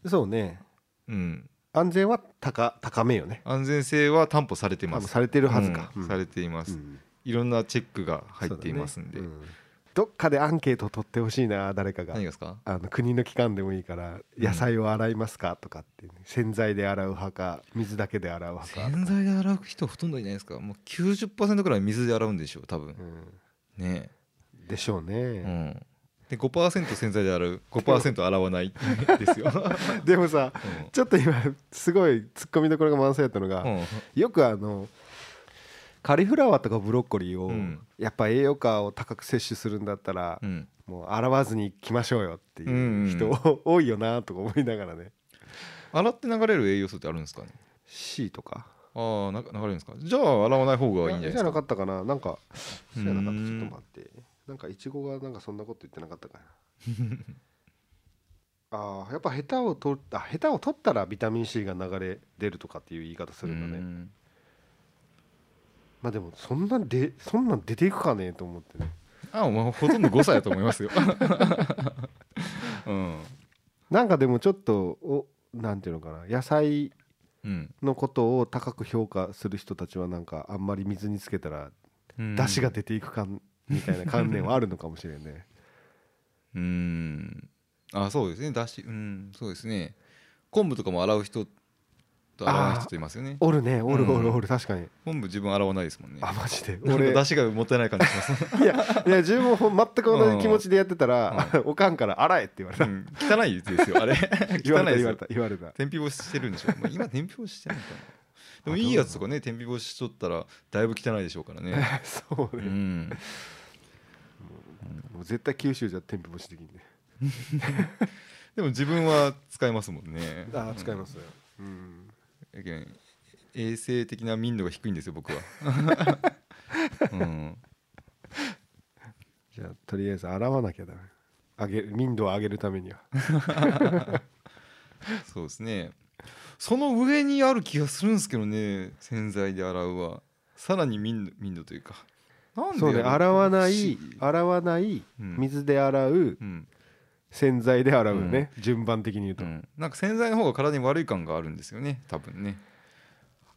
Speaker 2: そうね
Speaker 1: うん、
Speaker 2: 安全は高高めよね
Speaker 1: 安全性は担保されてま
Speaker 2: 多分
Speaker 1: す
Speaker 2: されてるはずか、
Speaker 1: うん
Speaker 2: うん
Speaker 1: されています、
Speaker 2: うん
Speaker 1: いろんなチェックが入っていますんで、
Speaker 2: そうだねうんどっかでアンケートを取ってほしいな誰かが
Speaker 1: 何がですか
Speaker 2: あの国の機関でもいいから野菜を洗いますかとかってね、洗剤で洗う派か水だけで洗う派か、
Speaker 1: 洗剤で洗う人ほとんどいないですかもう90%くらい水で洗うんでしょう多分
Speaker 2: う
Speaker 1: ね
Speaker 2: ん、でしょう
Speaker 1: え、う
Speaker 2: ね、
Speaker 1: ん、で5%洗剤で洗う5%洗わない です よ、
Speaker 2: でもさ
Speaker 1: うん
Speaker 2: ちょっと今すごいツッコミどころが満載だったのが、
Speaker 1: うん
Speaker 2: よくあのカリフラワーとかブロッコリーを、
Speaker 1: うん
Speaker 2: やっぱ栄養価を高く摂取するんだったら、
Speaker 1: うん
Speaker 2: もう洗わずに来ましょうよって
Speaker 1: うんうんう
Speaker 2: い
Speaker 1: ん
Speaker 2: う人、多いよなとか思いながらね
Speaker 1: 洗って流れる栄養素ってあるんですかね
Speaker 2: C とか
Speaker 1: ああな流れるんですかじゃあ洗わない方がいいんじゃないです
Speaker 2: な
Speaker 1: か
Speaker 2: かったかななんかそうじゃなかっ
Speaker 1: う
Speaker 2: たち
Speaker 1: ーん
Speaker 2: ょっと待ってなんかいちごがなんかそんなこと言ってなかったかな あーやっぱヘタを取あヘタを取ったらビタミン C が流れ出るとかっていう言い方するんだね
Speaker 1: うん
Speaker 2: まあでもそんなんでそんなん出ていくかねと思ってね
Speaker 1: あまあほとんど誤差やと思いますよ うん
Speaker 2: なんかでもちょっとおなんていうのかな野菜
Speaker 1: うん
Speaker 2: のことを高く評価する人たちはなんかあんまり水につけたら
Speaker 1: うん
Speaker 2: 出汁が出ていくかんみたいな観念はあるのかもしれんね
Speaker 1: うんあそうですねだしうんそうですね昆布とかも洗う人と洗わない人といますよね
Speaker 2: おるねお
Speaker 1: う
Speaker 2: る
Speaker 1: ん
Speaker 2: おるおる確かに
Speaker 1: 昆布自分洗わないですもんね
Speaker 2: あマジで
Speaker 1: 俺
Speaker 2: 俺
Speaker 1: 出汁がもったいない感じします
Speaker 2: いやいや自分もほん全く同じ気持ちでやってたら、おかんから「洗え」って言わ
Speaker 1: う
Speaker 2: れた、
Speaker 1: ん汚いですよあれ
Speaker 2: 言わ
Speaker 1: 汚
Speaker 2: れ
Speaker 1: いです
Speaker 2: た言わ
Speaker 1: よ
Speaker 2: れた言われた
Speaker 1: 天日干ししてるんでしょう、まあ、今天日干ししてないかなでも
Speaker 2: あ
Speaker 1: いいやつとかね天日干ししとったらだいぶ汚いでしょうからね
Speaker 2: そう
Speaker 1: う
Speaker 2: ね、
Speaker 1: ん
Speaker 2: もう絶対九州じゃ天日干しできんね
Speaker 1: でも自分は使えますもんね、
Speaker 2: ああ使いますすよ、うん、
Speaker 1: うんだけど衛生的な民度が低いんですよ僕は うん
Speaker 2: じゃあとりあえず洗わなきゃダメ上げ民度を上げるためには
Speaker 1: そうですねその上にある気がするんですけどね洗剤で洗うはさらに民度民度というかなんで
Speaker 2: そうね
Speaker 1: やろ
Speaker 2: 洗わな
Speaker 1: 不思
Speaker 2: い
Speaker 1: 議
Speaker 2: 洗わない
Speaker 1: うん
Speaker 2: 水で洗う
Speaker 1: うん
Speaker 2: 洗剤で洗うね、順番的に言う
Speaker 1: う
Speaker 2: と、
Speaker 1: ん、なんか洗剤の方が体に悪い感があるんですよね多分ね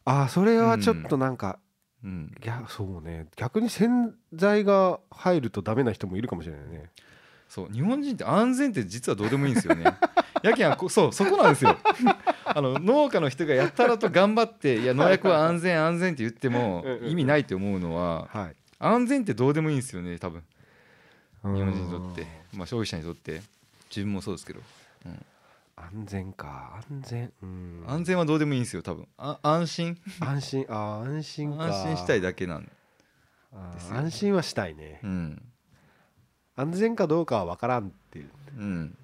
Speaker 2: ああそれはちょっとなんか、
Speaker 1: うん
Speaker 2: いやそうね逆に洗剤が入るとダメな人もいるかもしれないね
Speaker 1: そう日本人って安全って実はどうでもいいんですよ ねやけんこそうそこなんですよあの農家の人がやたらと頑張っていや農薬は安全安全って言っても
Speaker 2: うんうんうん
Speaker 1: 意味ないって思うのは
Speaker 2: はい
Speaker 1: 安全ってどうでもいいんですよね多分
Speaker 2: 日
Speaker 1: 日本人にとってまあ消費者にとって自分もそうですけど
Speaker 2: 安全か安全うん
Speaker 1: 安全はどうでもいいんですよ多分あ安心
Speaker 2: 安心あー安心か
Speaker 1: 安心したい
Speaker 2: で
Speaker 1: だけなんですよ
Speaker 2: 安心はしたいね
Speaker 1: う、ん
Speaker 2: 安全かどうかは分からんっていう
Speaker 1: うん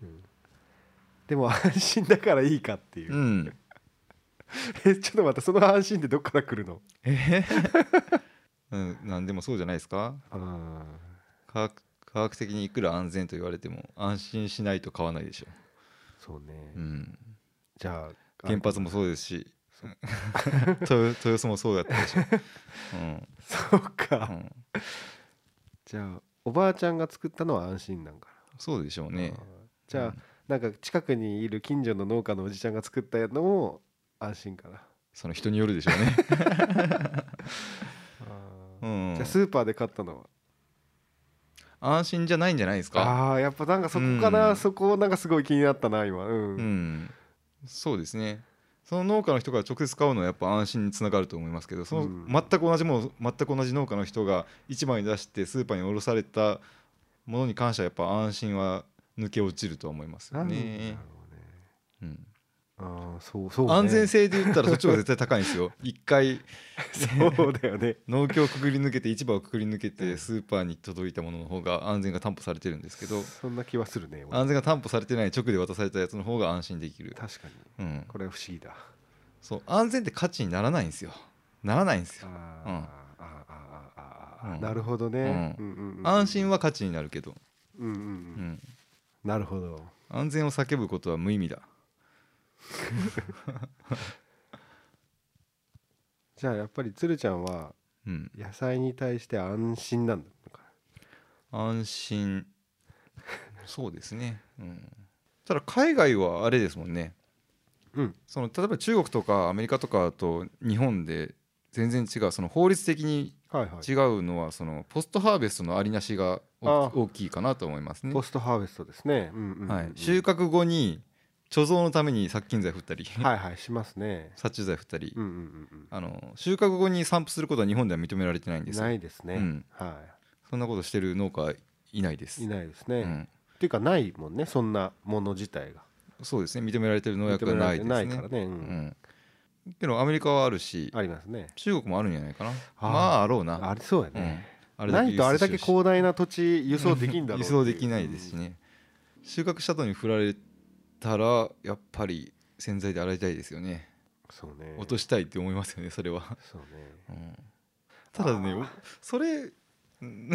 Speaker 2: でも安心だからいいかっていう、
Speaker 1: うん
Speaker 2: えちょっと待ってその安心ってどっから来るの
Speaker 1: うんなんでもそうじゃないですか
Speaker 2: あ
Speaker 1: 科学科学的にいくら安全と言われても安心しないと買わないでしょ、
Speaker 2: そうね、
Speaker 1: うん、
Speaker 2: じゃあ
Speaker 1: 原発もそうですし 豊豊洲もそうだったでし ょ、うん
Speaker 2: そうか、
Speaker 1: うん
Speaker 2: じゃあおばあちゃんが作ったのは安心なんか
Speaker 1: そうでしょう
Speaker 2: な、
Speaker 1: ね
Speaker 2: あーじゃあ、
Speaker 1: うん
Speaker 2: なんか近くにいる近所の農家のおじちゃんが作ったのも安心かな
Speaker 1: その人によるでしょう ね、うん、
Speaker 2: じゃあスーパーで買ったのは
Speaker 1: 安心じゃないんじゃないですか
Speaker 2: ああーやっぱなんかそこかな、
Speaker 1: うん
Speaker 2: そこなんかすごい気になったな今うん、
Speaker 1: うんそうですねその農家の人が直接買うのはやっぱ安心につながると思いますけどその
Speaker 2: うん
Speaker 1: 全く同じもの全く同じ農家の人が市場に出してスーパーに卸されたものに関してはやっぱ安心は抜け落ちるとは思いますよ
Speaker 2: なんだろう
Speaker 1: ね
Speaker 2: ね、
Speaker 1: うん
Speaker 2: ああそうそう、ね、
Speaker 1: 安全性で言ったらそっちの方が絶対高いんです よ一回
Speaker 2: そうだよね
Speaker 1: 農協をくぐり抜けて市場をくぐり抜けてスーパーに届いたものの方が安全が担保されてるんですけど
Speaker 2: そんな気はするね俺
Speaker 1: 安全が担保されてない直で渡されたやつの方が安心できる、
Speaker 2: 確かに
Speaker 1: うん、
Speaker 2: これは不思議だ
Speaker 1: そう安全って価値にならないんですよならないんです
Speaker 2: あー
Speaker 1: よ、
Speaker 2: あーあーあーあー
Speaker 1: うん
Speaker 2: なるほどね、
Speaker 1: う
Speaker 2: うんうんうん
Speaker 1: 安心は価値になるけど、
Speaker 2: うんうんう
Speaker 1: うんん、
Speaker 2: なるほど
Speaker 1: 安全を叫ぶことは無意味だ
Speaker 2: じゃあやっぱり鶴ちゃんは
Speaker 1: うん
Speaker 2: 野菜に対して安心なんだのか
Speaker 1: 安心そうですね、うん、ただ海外はあれですもんね
Speaker 2: うん
Speaker 1: その例えば中国とかアメリカとかと日本で全然違うその法律的に
Speaker 2: はいは
Speaker 1: 違うのはそのポストハーベストのありなしが大
Speaker 2: あ
Speaker 1: き大きいかなと思いますね
Speaker 2: ポ、ストハーベストですね、うんうんうんうん
Speaker 1: はい、収穫後に貯蔵のために殺菌剤振ったり、
Speaker 2: はいはいしますね
Speaker 1: 殺虫剤振ったり、
Speaker 2: うんうんうん
Speaker 1: あの収穫後に散布することは日本では認められてないん
Speaker 2: う
Speaker 1: で
Speaker 2: ん
Speaker 1: すよ
Speaker 2: ないですね、
Speaker 1: うん
Speaker 2: は
Speaker 1: そんなことしてる農家いないです
Speaker 2: いいないですね、
Speaker 1: う
Speaker 2: っ
Speaker 1: ん、
Speaker 2: ていうかないもんねそんなもの自体が
Speaker 1: そうですね認められてる農薬
Speaker 2: 認
Speaker 1: は
Speaker 2: めら
Speaker 1: な
Speaker 2: れ
Speaker 1: いで
Speaker 2: て
Speaker 1: すね
Speaker 2: ないからね、う
Speaker 1: うんん、けどアメリカはあるし
Speaker 2: ありますね
Speaker 1: 中国もあるんじゃないかな
Speaker 2: あー
Speaker 1: まああろうな
Speaker 2: ありそうや
Speaker 1: うん
Speaker 2: ね、
Speaker 1: あ
Speaker 2: ないとあれだけ
Speaker 1: 輸出しようし
Speaker 2: 広大な土地輸送できんだろう
Speaker 1: 輸送できないですし
Speaker 2: ね
Speaker 1: ね収穫した後に振られたらやっぱり洗剤で洗いたいですよね
Speaker 2: そうね
Speaker 1: 落としたいって思いますよねそれは
Speaker 2: そうね
Speaker 1: うんただね
Speaker 2: あー
Speaker 1: おそれうん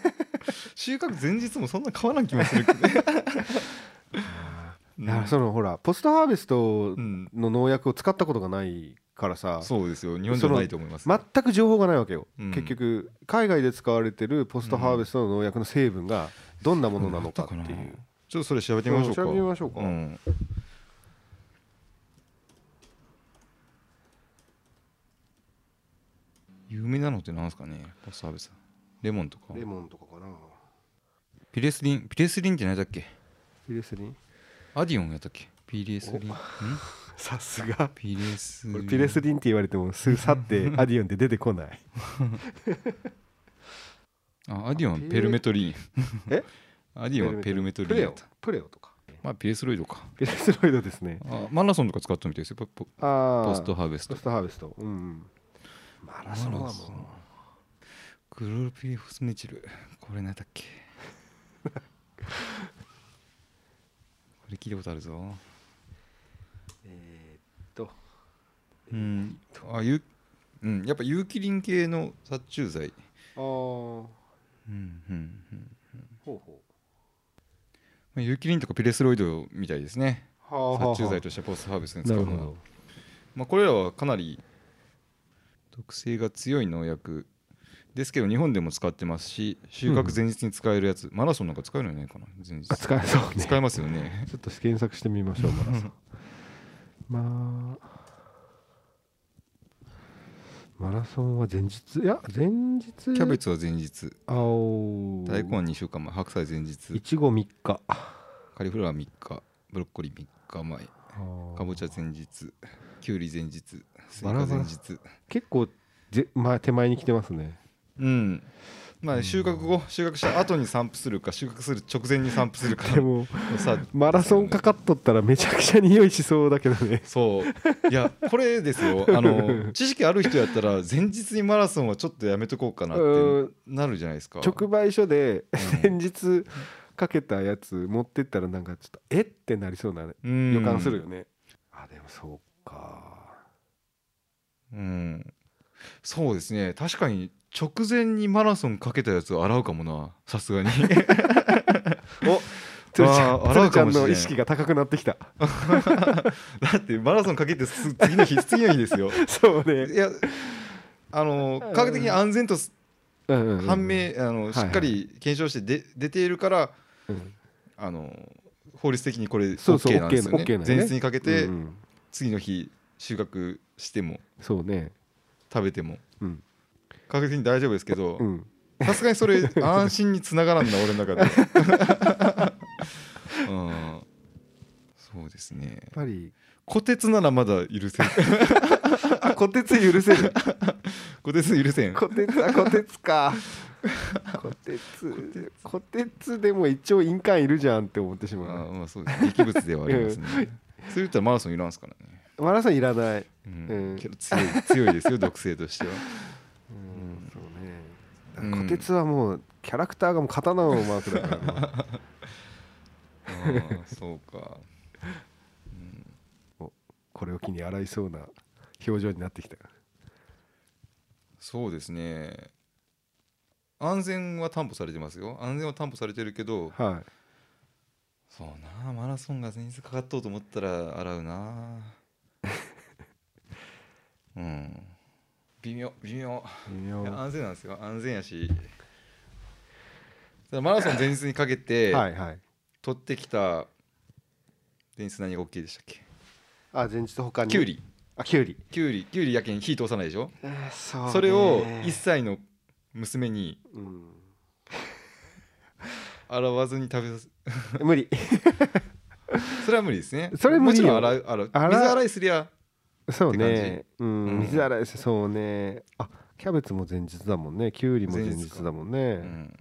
Speaker 1: 収穫前日もそんな変わらん気もするけ どねうん
Speaker 2: いやそのほらポストハーベスト
Speaker 1: うん
Speaker 2: の農薬を使ったことがないからさ
Speaker 1: そうですよ日本じゃないと思います
Speaker 2: 全く情報がないわけよ、
Speaker 1: うん
Speaker 2: 結局海外で使われてるポストハーベストの農薬の成分がどんなものなのかっていう
Speaker 1: あったかなちょっとそれ調べてみましょうか
Speaker 2: うん調べてみましょうか
Speaker 1: ん有名なのってなんですかねポストハーベストレモンとか
Speaker 2: レモンとかかな
Speaker 1: ピレスリンピレスリンって何だっけ
Speaker 2: ピレスリン
Speaker 1: アディオンやったっけピレスリンん
Speaker 2: さす が
Speaker 1: ピレスリ
Speaker 2: 俺
Speaker 1: ン
Speaker 2: ピレスリンって言われてもすぐ去ってアディオンって出てこない
Speaker 1: あアディオン
Speaker 2: ピレ
Speaker 1: ペルメトリン
Speaker 2: え
Speaker 1: アディオンはペルメトリ
Speaker 2: プ
Speaker 1: ン
Speaker 2: レ
Speaker 1: や
Speaker 2: オ
Speaker 1: った
Speaker 2: プレオとか
Speaker 1: まあピレスロイドか
Speaker 2: ピレスロイドですね
Speaker 1: あマラソンとか使ったみたいですよポポ
Speaker 2: ああ
Speaker 1: ポストハーベス
Speaker 2: ポ
Speaker 1: ト
Speaker 2: ストハーベストうんうんマラソンはもう
Speaker 1: クロルピフスメチルこれ何だっ けこれ聞いたことあるぞ
Speaker 2: えーっと
Speaker 1: うんあ有うんやっぱ有機リン系の殺虫剤
Speaker 2: ああほ
Speaker 1: うんうんうん
Speaker 2: うほ
Speaker 1: まあ有機リンとかピレスロイドみたいですね
Speaker 2: うはあはあはあ
Speaker 1: 殺虫剤としてポストハーベストに使
Speaker 2: な
Speaker 1: う
Speaker 2: る
Speaker 1: の
Speaker 2: ほ
Speaker 1: が
Speaker 2: ど
Speaker 1: まあ、これらはかなり毒性が強い農薬ですけど日本でも使ってますし収穫前日に使えるやつ、マラソンなんか使えるんじゃないかな前日
Speaker 2: あ使えそうね
Speaker 1: 使えますよね
Speaker 2: ちょっと検索してみましょう、マラ ソン。まあ、マラソンは前日、いや、前日、キ
Speaker 1: キャベツは前日
Speaker 2: 青、
Speaker 1: 大根は2週間前白菜前
Speaker 2: い
Speaker 1: 日
Speaker 2: ちご3日、
Speaker 1: カリフラワー3日ブロッコリー3日前かぼちゃ前日きゅうり前日スイカ
Speaker 2: バラバ
Speaker 1: 前
Speaker 2: ラ
Speaker 1: 日
Speaker 2: 結構ぜ、まあ、手前に来てます ね。
Speaker 1: うんまあ収穫後収穫した後に散布するか収穫する直前に散布するか
Speaker 2: でも、
Speaker 1: さ
Speaker 2: マラソンかかっとったらめちゃくちゃ匂いしそうだけど ね。
Speaker 1: そういやこれです よあの知識ある人やったら前日にマラソンはちょっとやめとこうかなって
Speaker 2: うん
Speaker 1: なるじゃないですか
Speaker 2: 直売所で
Speaker 1: うん
Speaker 2: 前日かけたやつ持ってったらなんかちょっとえってなりそうな
Speaker 1: うん
Speaker 2: 予感するよね、あでもそうか
Speaker 1: うんそうですね確かに直前にマラソンかけたやつを洗うかもなさす がに
Speaker 2: お鶴ちゃ
Speaker 1: あ
Speaker 2: ん
Speaker 1: ー
Speaker 2: 鶴
Speaker 1: 洗う
Speaker 2: ちゃ
Speaker 1: か
Speaker 2: ん
Speaker 1: もしれん
Speaker 2: の意識が高くなってきた
Speaker 1: だってマラソンかけてす次の日次の日ですよ
Speaker 2: そうね
Speaker 1: いやあの科学的に安全とす
Speaker 2: うんうんうん
Speaker 1: 判明あの
Speaker 2: い
Speaker 1: しっかり検証してで出ているから
Speaker 2: うん
Speaker 1: あの法律的にこれ
Speaker 2: そうそう
Speaker 1: OK なんですよ
Speaker 2: OK
Speaker 1: ね
Speaker 2: なんよね
Speaker 1: 前日にかけて
Speaker 2: うんうん
Speaker 1: 次の日収穫しても
Speaker 2: そうね
Speaker 1: 食べても
Speaker 2: うん
Speaker 1: 確実に大丈夫ですけど
Speaker 2: うん
Speaker 1: さすがに それ安心につながらんな俺の中でうんそうですね
Speaker 2: やっぱり
Speaker 1: 虎鉄ならまだ許 せん
Speaker 2: あこてつ許せる
Speaker 1: 虎鉄許せん
Speaker 2: こてつあこてつ かこてつこてつでも一応印鑑いるじゃんって思ってし
Speaker 1: あ
Speaker 2: まう
Speaker 1: まあそうですね劇物ではありますねそれ言ったらマラソンいらんすからね
Speaker 2: マラソンいらない
Speaker 1: うん、
Speaker 2: うん
Speaker 1: けど強い強いですよ毒性としては
Speaker 2: うんそう
Speaker 1: う
Speaker 2: ね
Speaker 1: ん
Speaker 2: こてつはもうキャラクターがもう刀のマークだからな
Speaker 1: あーそうか、うん
Speaker 2: これを機に洗いそうな表情になってきた
Speaker 1: そうですね安全は担保されてますよ安全は担保されてるけど、
Speaker 2: はい
Speaker 1: そうなマラソンが前日かかっとうと思ったら洗う なうん微妙微妙
Speaker 2: 微
Speaker 1: い
Speaker 2: 妙
Speaker 1: や
Speaker 2: は
Speaker 1: 安全なんですよ安全やしただマラソン前日にかけて、
Speaker 2: い はい
Speaker 1: 取ってきた前日何が OK でしたっけ
Speaker 2: あ前日他に
Speaker 1: きゅうり
Speaker 2: あきゅうり
Speaker 1: きゅうりきゅうりやけん火通さないでしょ
Speaker 2: そ
Speaker 1: それを1歳の娘に
Speaker 2: うん、
Speaker 1: 洗わずに食べさせ
Speaker 2: 無理
Speaker 1: それは無理ですね
Speaker 2: それ無理よ
Speaker 1: もちろん洗う洗う
Speaker 2: 洗う
Speaker 1: 水洗いすりゃ
Speaker 2: そう
Speaker 1: って
Speaker 2: ね、うん
Speaker 1: うん
Speaker 2: 水洗いしてそうねあキャベツも前日だもんねきゅうりも前
Speaker 1: 前日
Speaker 2: 日
Speaker 1: か
Speaker 2: だもん
Speaker 1: う
Speaker 2: ね
Speaker 1: ん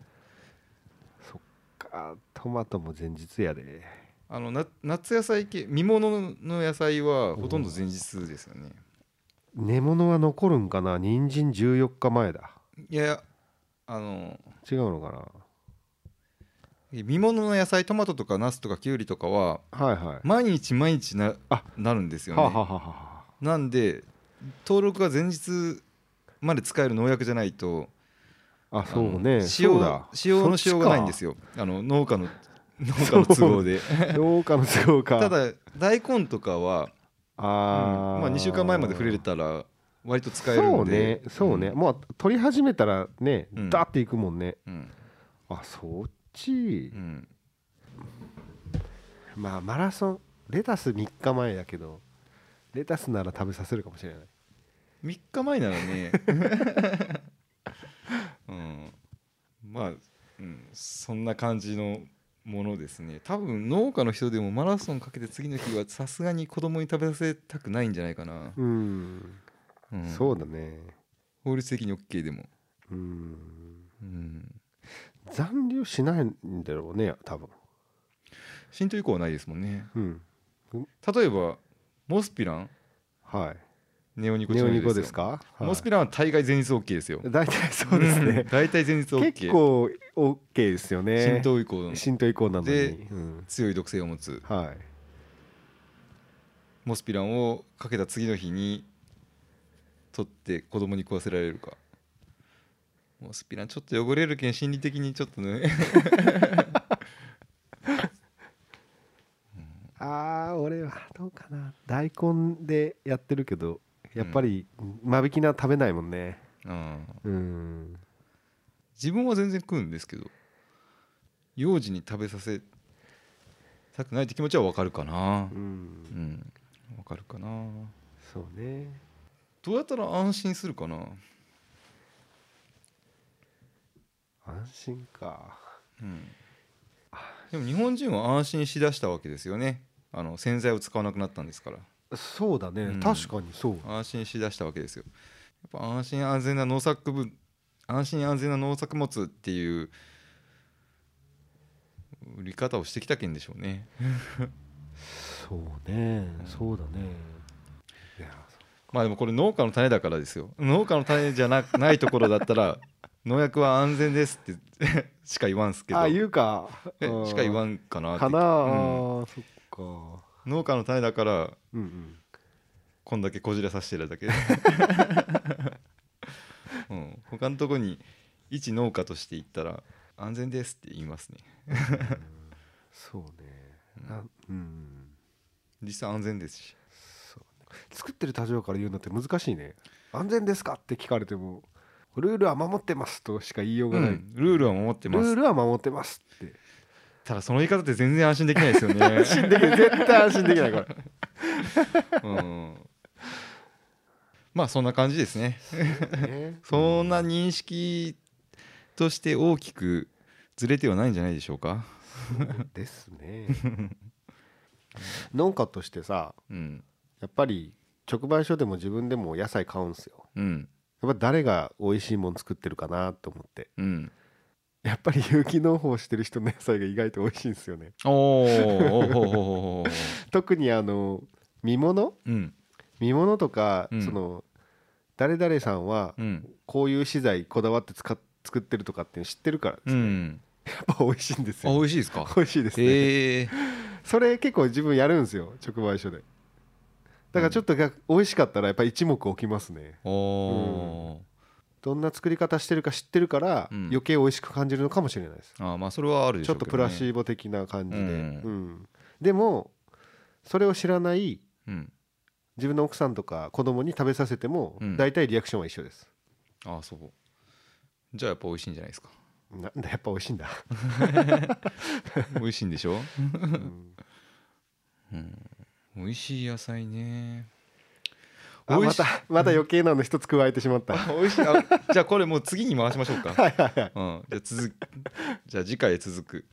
Speaker 2: かトマトも前日やで
Speaker 1: あのな夏野菜系見物の野菜はほとんど前日ですよね
Speaker 2: 根物は残るんかな人参14日前だ
Speaker 1: いやいやあの
Speaker 2: 違うのか
Speaker 1: 見物の野菜トマトとかナスとかキュウリとかは
Speaker 2: なはいはい、
Speaker 1: 毎日毎日な
Speaker 2: あ
Speaker 1: なるんですよ
Speaker 2: はあ、は
Speaker 1: ね
Speaker 2: あはあはあ
Speaker 1: なんで登録が前日まで使える農薬じゃないとあ
Speaker 2: あ
Speaker 1: の
Speaker 2: そうね
Speaker 1: 使用
Speaker 2: そうだ
Speaker 1: 使用のしようがないんですよあの農家の農家の都合で
Speaker 2: どうかの 都合 か
Speaker 1: ただ大根とかは、うん
Speaker 2: あ、
Speaker 1: まあ、2週間前まで触れれたら割と使える
Speaker 2: そ
Speaker 1: ん
Speaker 2: う
Speaker 1: で
Speaker 2: ねそうね、もう取り始めたらね
Speaker 1: うん
Speaker 2: ダーっていくもんね、
Speaker 1: うん
Speaker 2: あそっち
Speaker 1: う、ん
Speaker 2: まあマラソンレタス3日前だけどレタスなら食べさせるかもしれない
Speaker 1: 3日前ならね、 うん、まあ、うん、そんな感じのものですね多分農家の人でもマラソンかけて次の日はさすがに子供に食べさせたくないんじゃないかな、
Speaker 2: うん、
Speaker 1: うん、
Speaker 2: そうだね
Speaker 1: 法律的に OK でも、
Speaker 2: うん
Speaker 1: うん、
Speaker 2: 残留しないんだろうね多分
Speaker 1: 浸透以降はないですもんね
Speaker 2: うん
Speaker 1: 例えばモスピラン
Speaker 2: はい
Speaker 1: ネオニコチ
Speaker 2: ネ
Speaker 1: ノ
Speaker 2: オ
Speaker 1: イ
Speaker 2: ニ
Speaker 1: ド
Speaker 2: コ
Speaker 1: で
Speaker 2: です
Speaker 1: よ
Speaker 2: すか、
Speaker 1: モスピランは大概前日 OK ですよ
Speaker 2: はい大体そうですね
Speaker 1: 大体前日 OK
Speaker 2: 結構 OK ですよね
Speaker 1: 浸透以降の
Speaker 2: 浸透以降なのに、
Speaker 1: で
Speaker 2: うん、
Speaker 1: 強い毒性を持つ
Speaker 2: はい
Speaker 1: モスピランをかけた次の日に取って子供に食わせられるかモスピランちょっと汚れるけん心理的にちょっとね
Speaker 2: あー俺はどうかな大根でやってるけどやっぱり間引きな食べないもんね
Speaker 1: うん
Speaker 2: うん
Speaker 1: 自分は全然食うんですけど幼児に食べさせたくないって気持ちはわかるかな
Speaker 2: うん
Speaker 1: うんわかるかな
Speaker 2: そうね
Speaker 1: どうやったら安心するかな
Speaker 2: 安心か
Speaker 1: うんでも日本人は安心しだしたわけですよねあの洗剤を使わなくなったんですから
Speaker 2: そうだね、
Speaker 1: うん
Speaker 2: 確かにそう
Speaker 1: 安心しだしたわけですよ。やっぱ安心安全な農作物安心安全な農作物っていう売り方をしてきたけんでしょうね。
Speaker 2: そうね、そうだねいや
Speaker 1: まあでもこれ農家の種だからですよ。農家の種じゃなないところだったら 農薬は安全ですって しか言わんすけど。
Speaker 2: あ言うか
Speaker 1: えしか言わ
Speaker 2: ん
Speaker 1: んかなって
Speaker 2: かなあ
Speaker 1: うん
Speaker 2: ーそっか
Speaker 1: 農家の種だから
Speaker 2: うんうん
Speaker 1: こんだけこじらさせてるだ けで、うん、他のとこに一農家として行ったら安全ですって言いますね
Speaker 2: そうねなうん
Speaker 1: 実際安全ですし
Speaker 2: そうね作ってる立場から言うのって難しいね安全ですかって聞かれてもルールは守ってますとしか言いようがない、
Speaker 1: うんルールは守って
Speaker 2: ル
Speaker 1: ま
Speaker 2: ー
Speaker 1: す
Speaker 2: ルは守ってますって
Speaker 1: ただその言い方って全然安心できないですよね安 心
Speaker 2: できない絶対安心で きないこれ
Speaker 1: うん、まあそんな感じですね
Speaker 2: ね
Speaker 1: そんな認識として大きくずれてはないんじゃないでしょうか
Speaker 2: そうです ね農家としてさ
Speaker 1: うん
Speaker 2: やっぱり直売所でも自分でも野菜買うんすよ
Speaker 1: うん
Speaker 2: やっぱ誰が美味しいもん作ってるかなと思って
Speaker 1: うん
Speaker 2: やっぱり有機農法してる人の野菜が意外と美味しいんですよね
Speaker 1: おーおーおーおーおーおー
Speaker 2: 特にあの見物
Speaker 1: うん
Speaker 2: 見物とか、
Speaker 1: うん
Speaker 2: その誰々さんは
Speaker 1: うん
Speaker 2: こういう資材こだわって使っ作ってるとかって知ってるからです
Speaker 1: う
Speaker 2: ね、
Speaker 1: ん
Speaker 2: やっぱ 美味しいんです
Speaker 1: あ
Speaker 2: よ
Speaker 1: 美味しいですか
Speaker 2: 美味しいですね、
Speaker 1: へえ
Speaker 2: それ結構自分やるんですよ直売所でだからちょっとが美味しかったらやっぱ一目置きますね
Speaker 1: おお
Speaker 2: どんな作り方してるか知ってるから、
Speaker 1: うん
Speaker 2: 余計美味しく感じるのかもしれないです
Speaker 1: ーあーまあそれはあるでし
Speaker 2: ちょ
Speaker 1: ょ
Speaker 2: っ
Speaker 1: う
Speaker 2: と
Speaker 1: けど、ね、
Speaker 2: プラシーボ的な感じで、
Speaker 1: う
Speaker 2: うんんでもそれを知らない
Speaker 1: うん
Speaker 2: 自分の奥さんとか子供に食べさせても、
Speaker 1: うん
Speaker 2: 大体リアクションは一緒です
Speaker 1: ああそうじゃあやっぱ美味しいんじゃ ないですか
Speaker 2: なんだやっぱ美味しいんだ、
Speaker 1: 美味しいんでしょ
Speaker 2: うん
Speaker 1: 美味しい野菜ね
Speaker 2: あ
Speaker 1: 美
Speaker 2: ま
Speaker 1: 味しい
Speaker 2: たまた余計なの一つ加えてし まった
Speaker 1: 美味しいあじゃあこれもう次に回しましょうかはいはい、うん、じゃあ続くじゃあ次回へ続く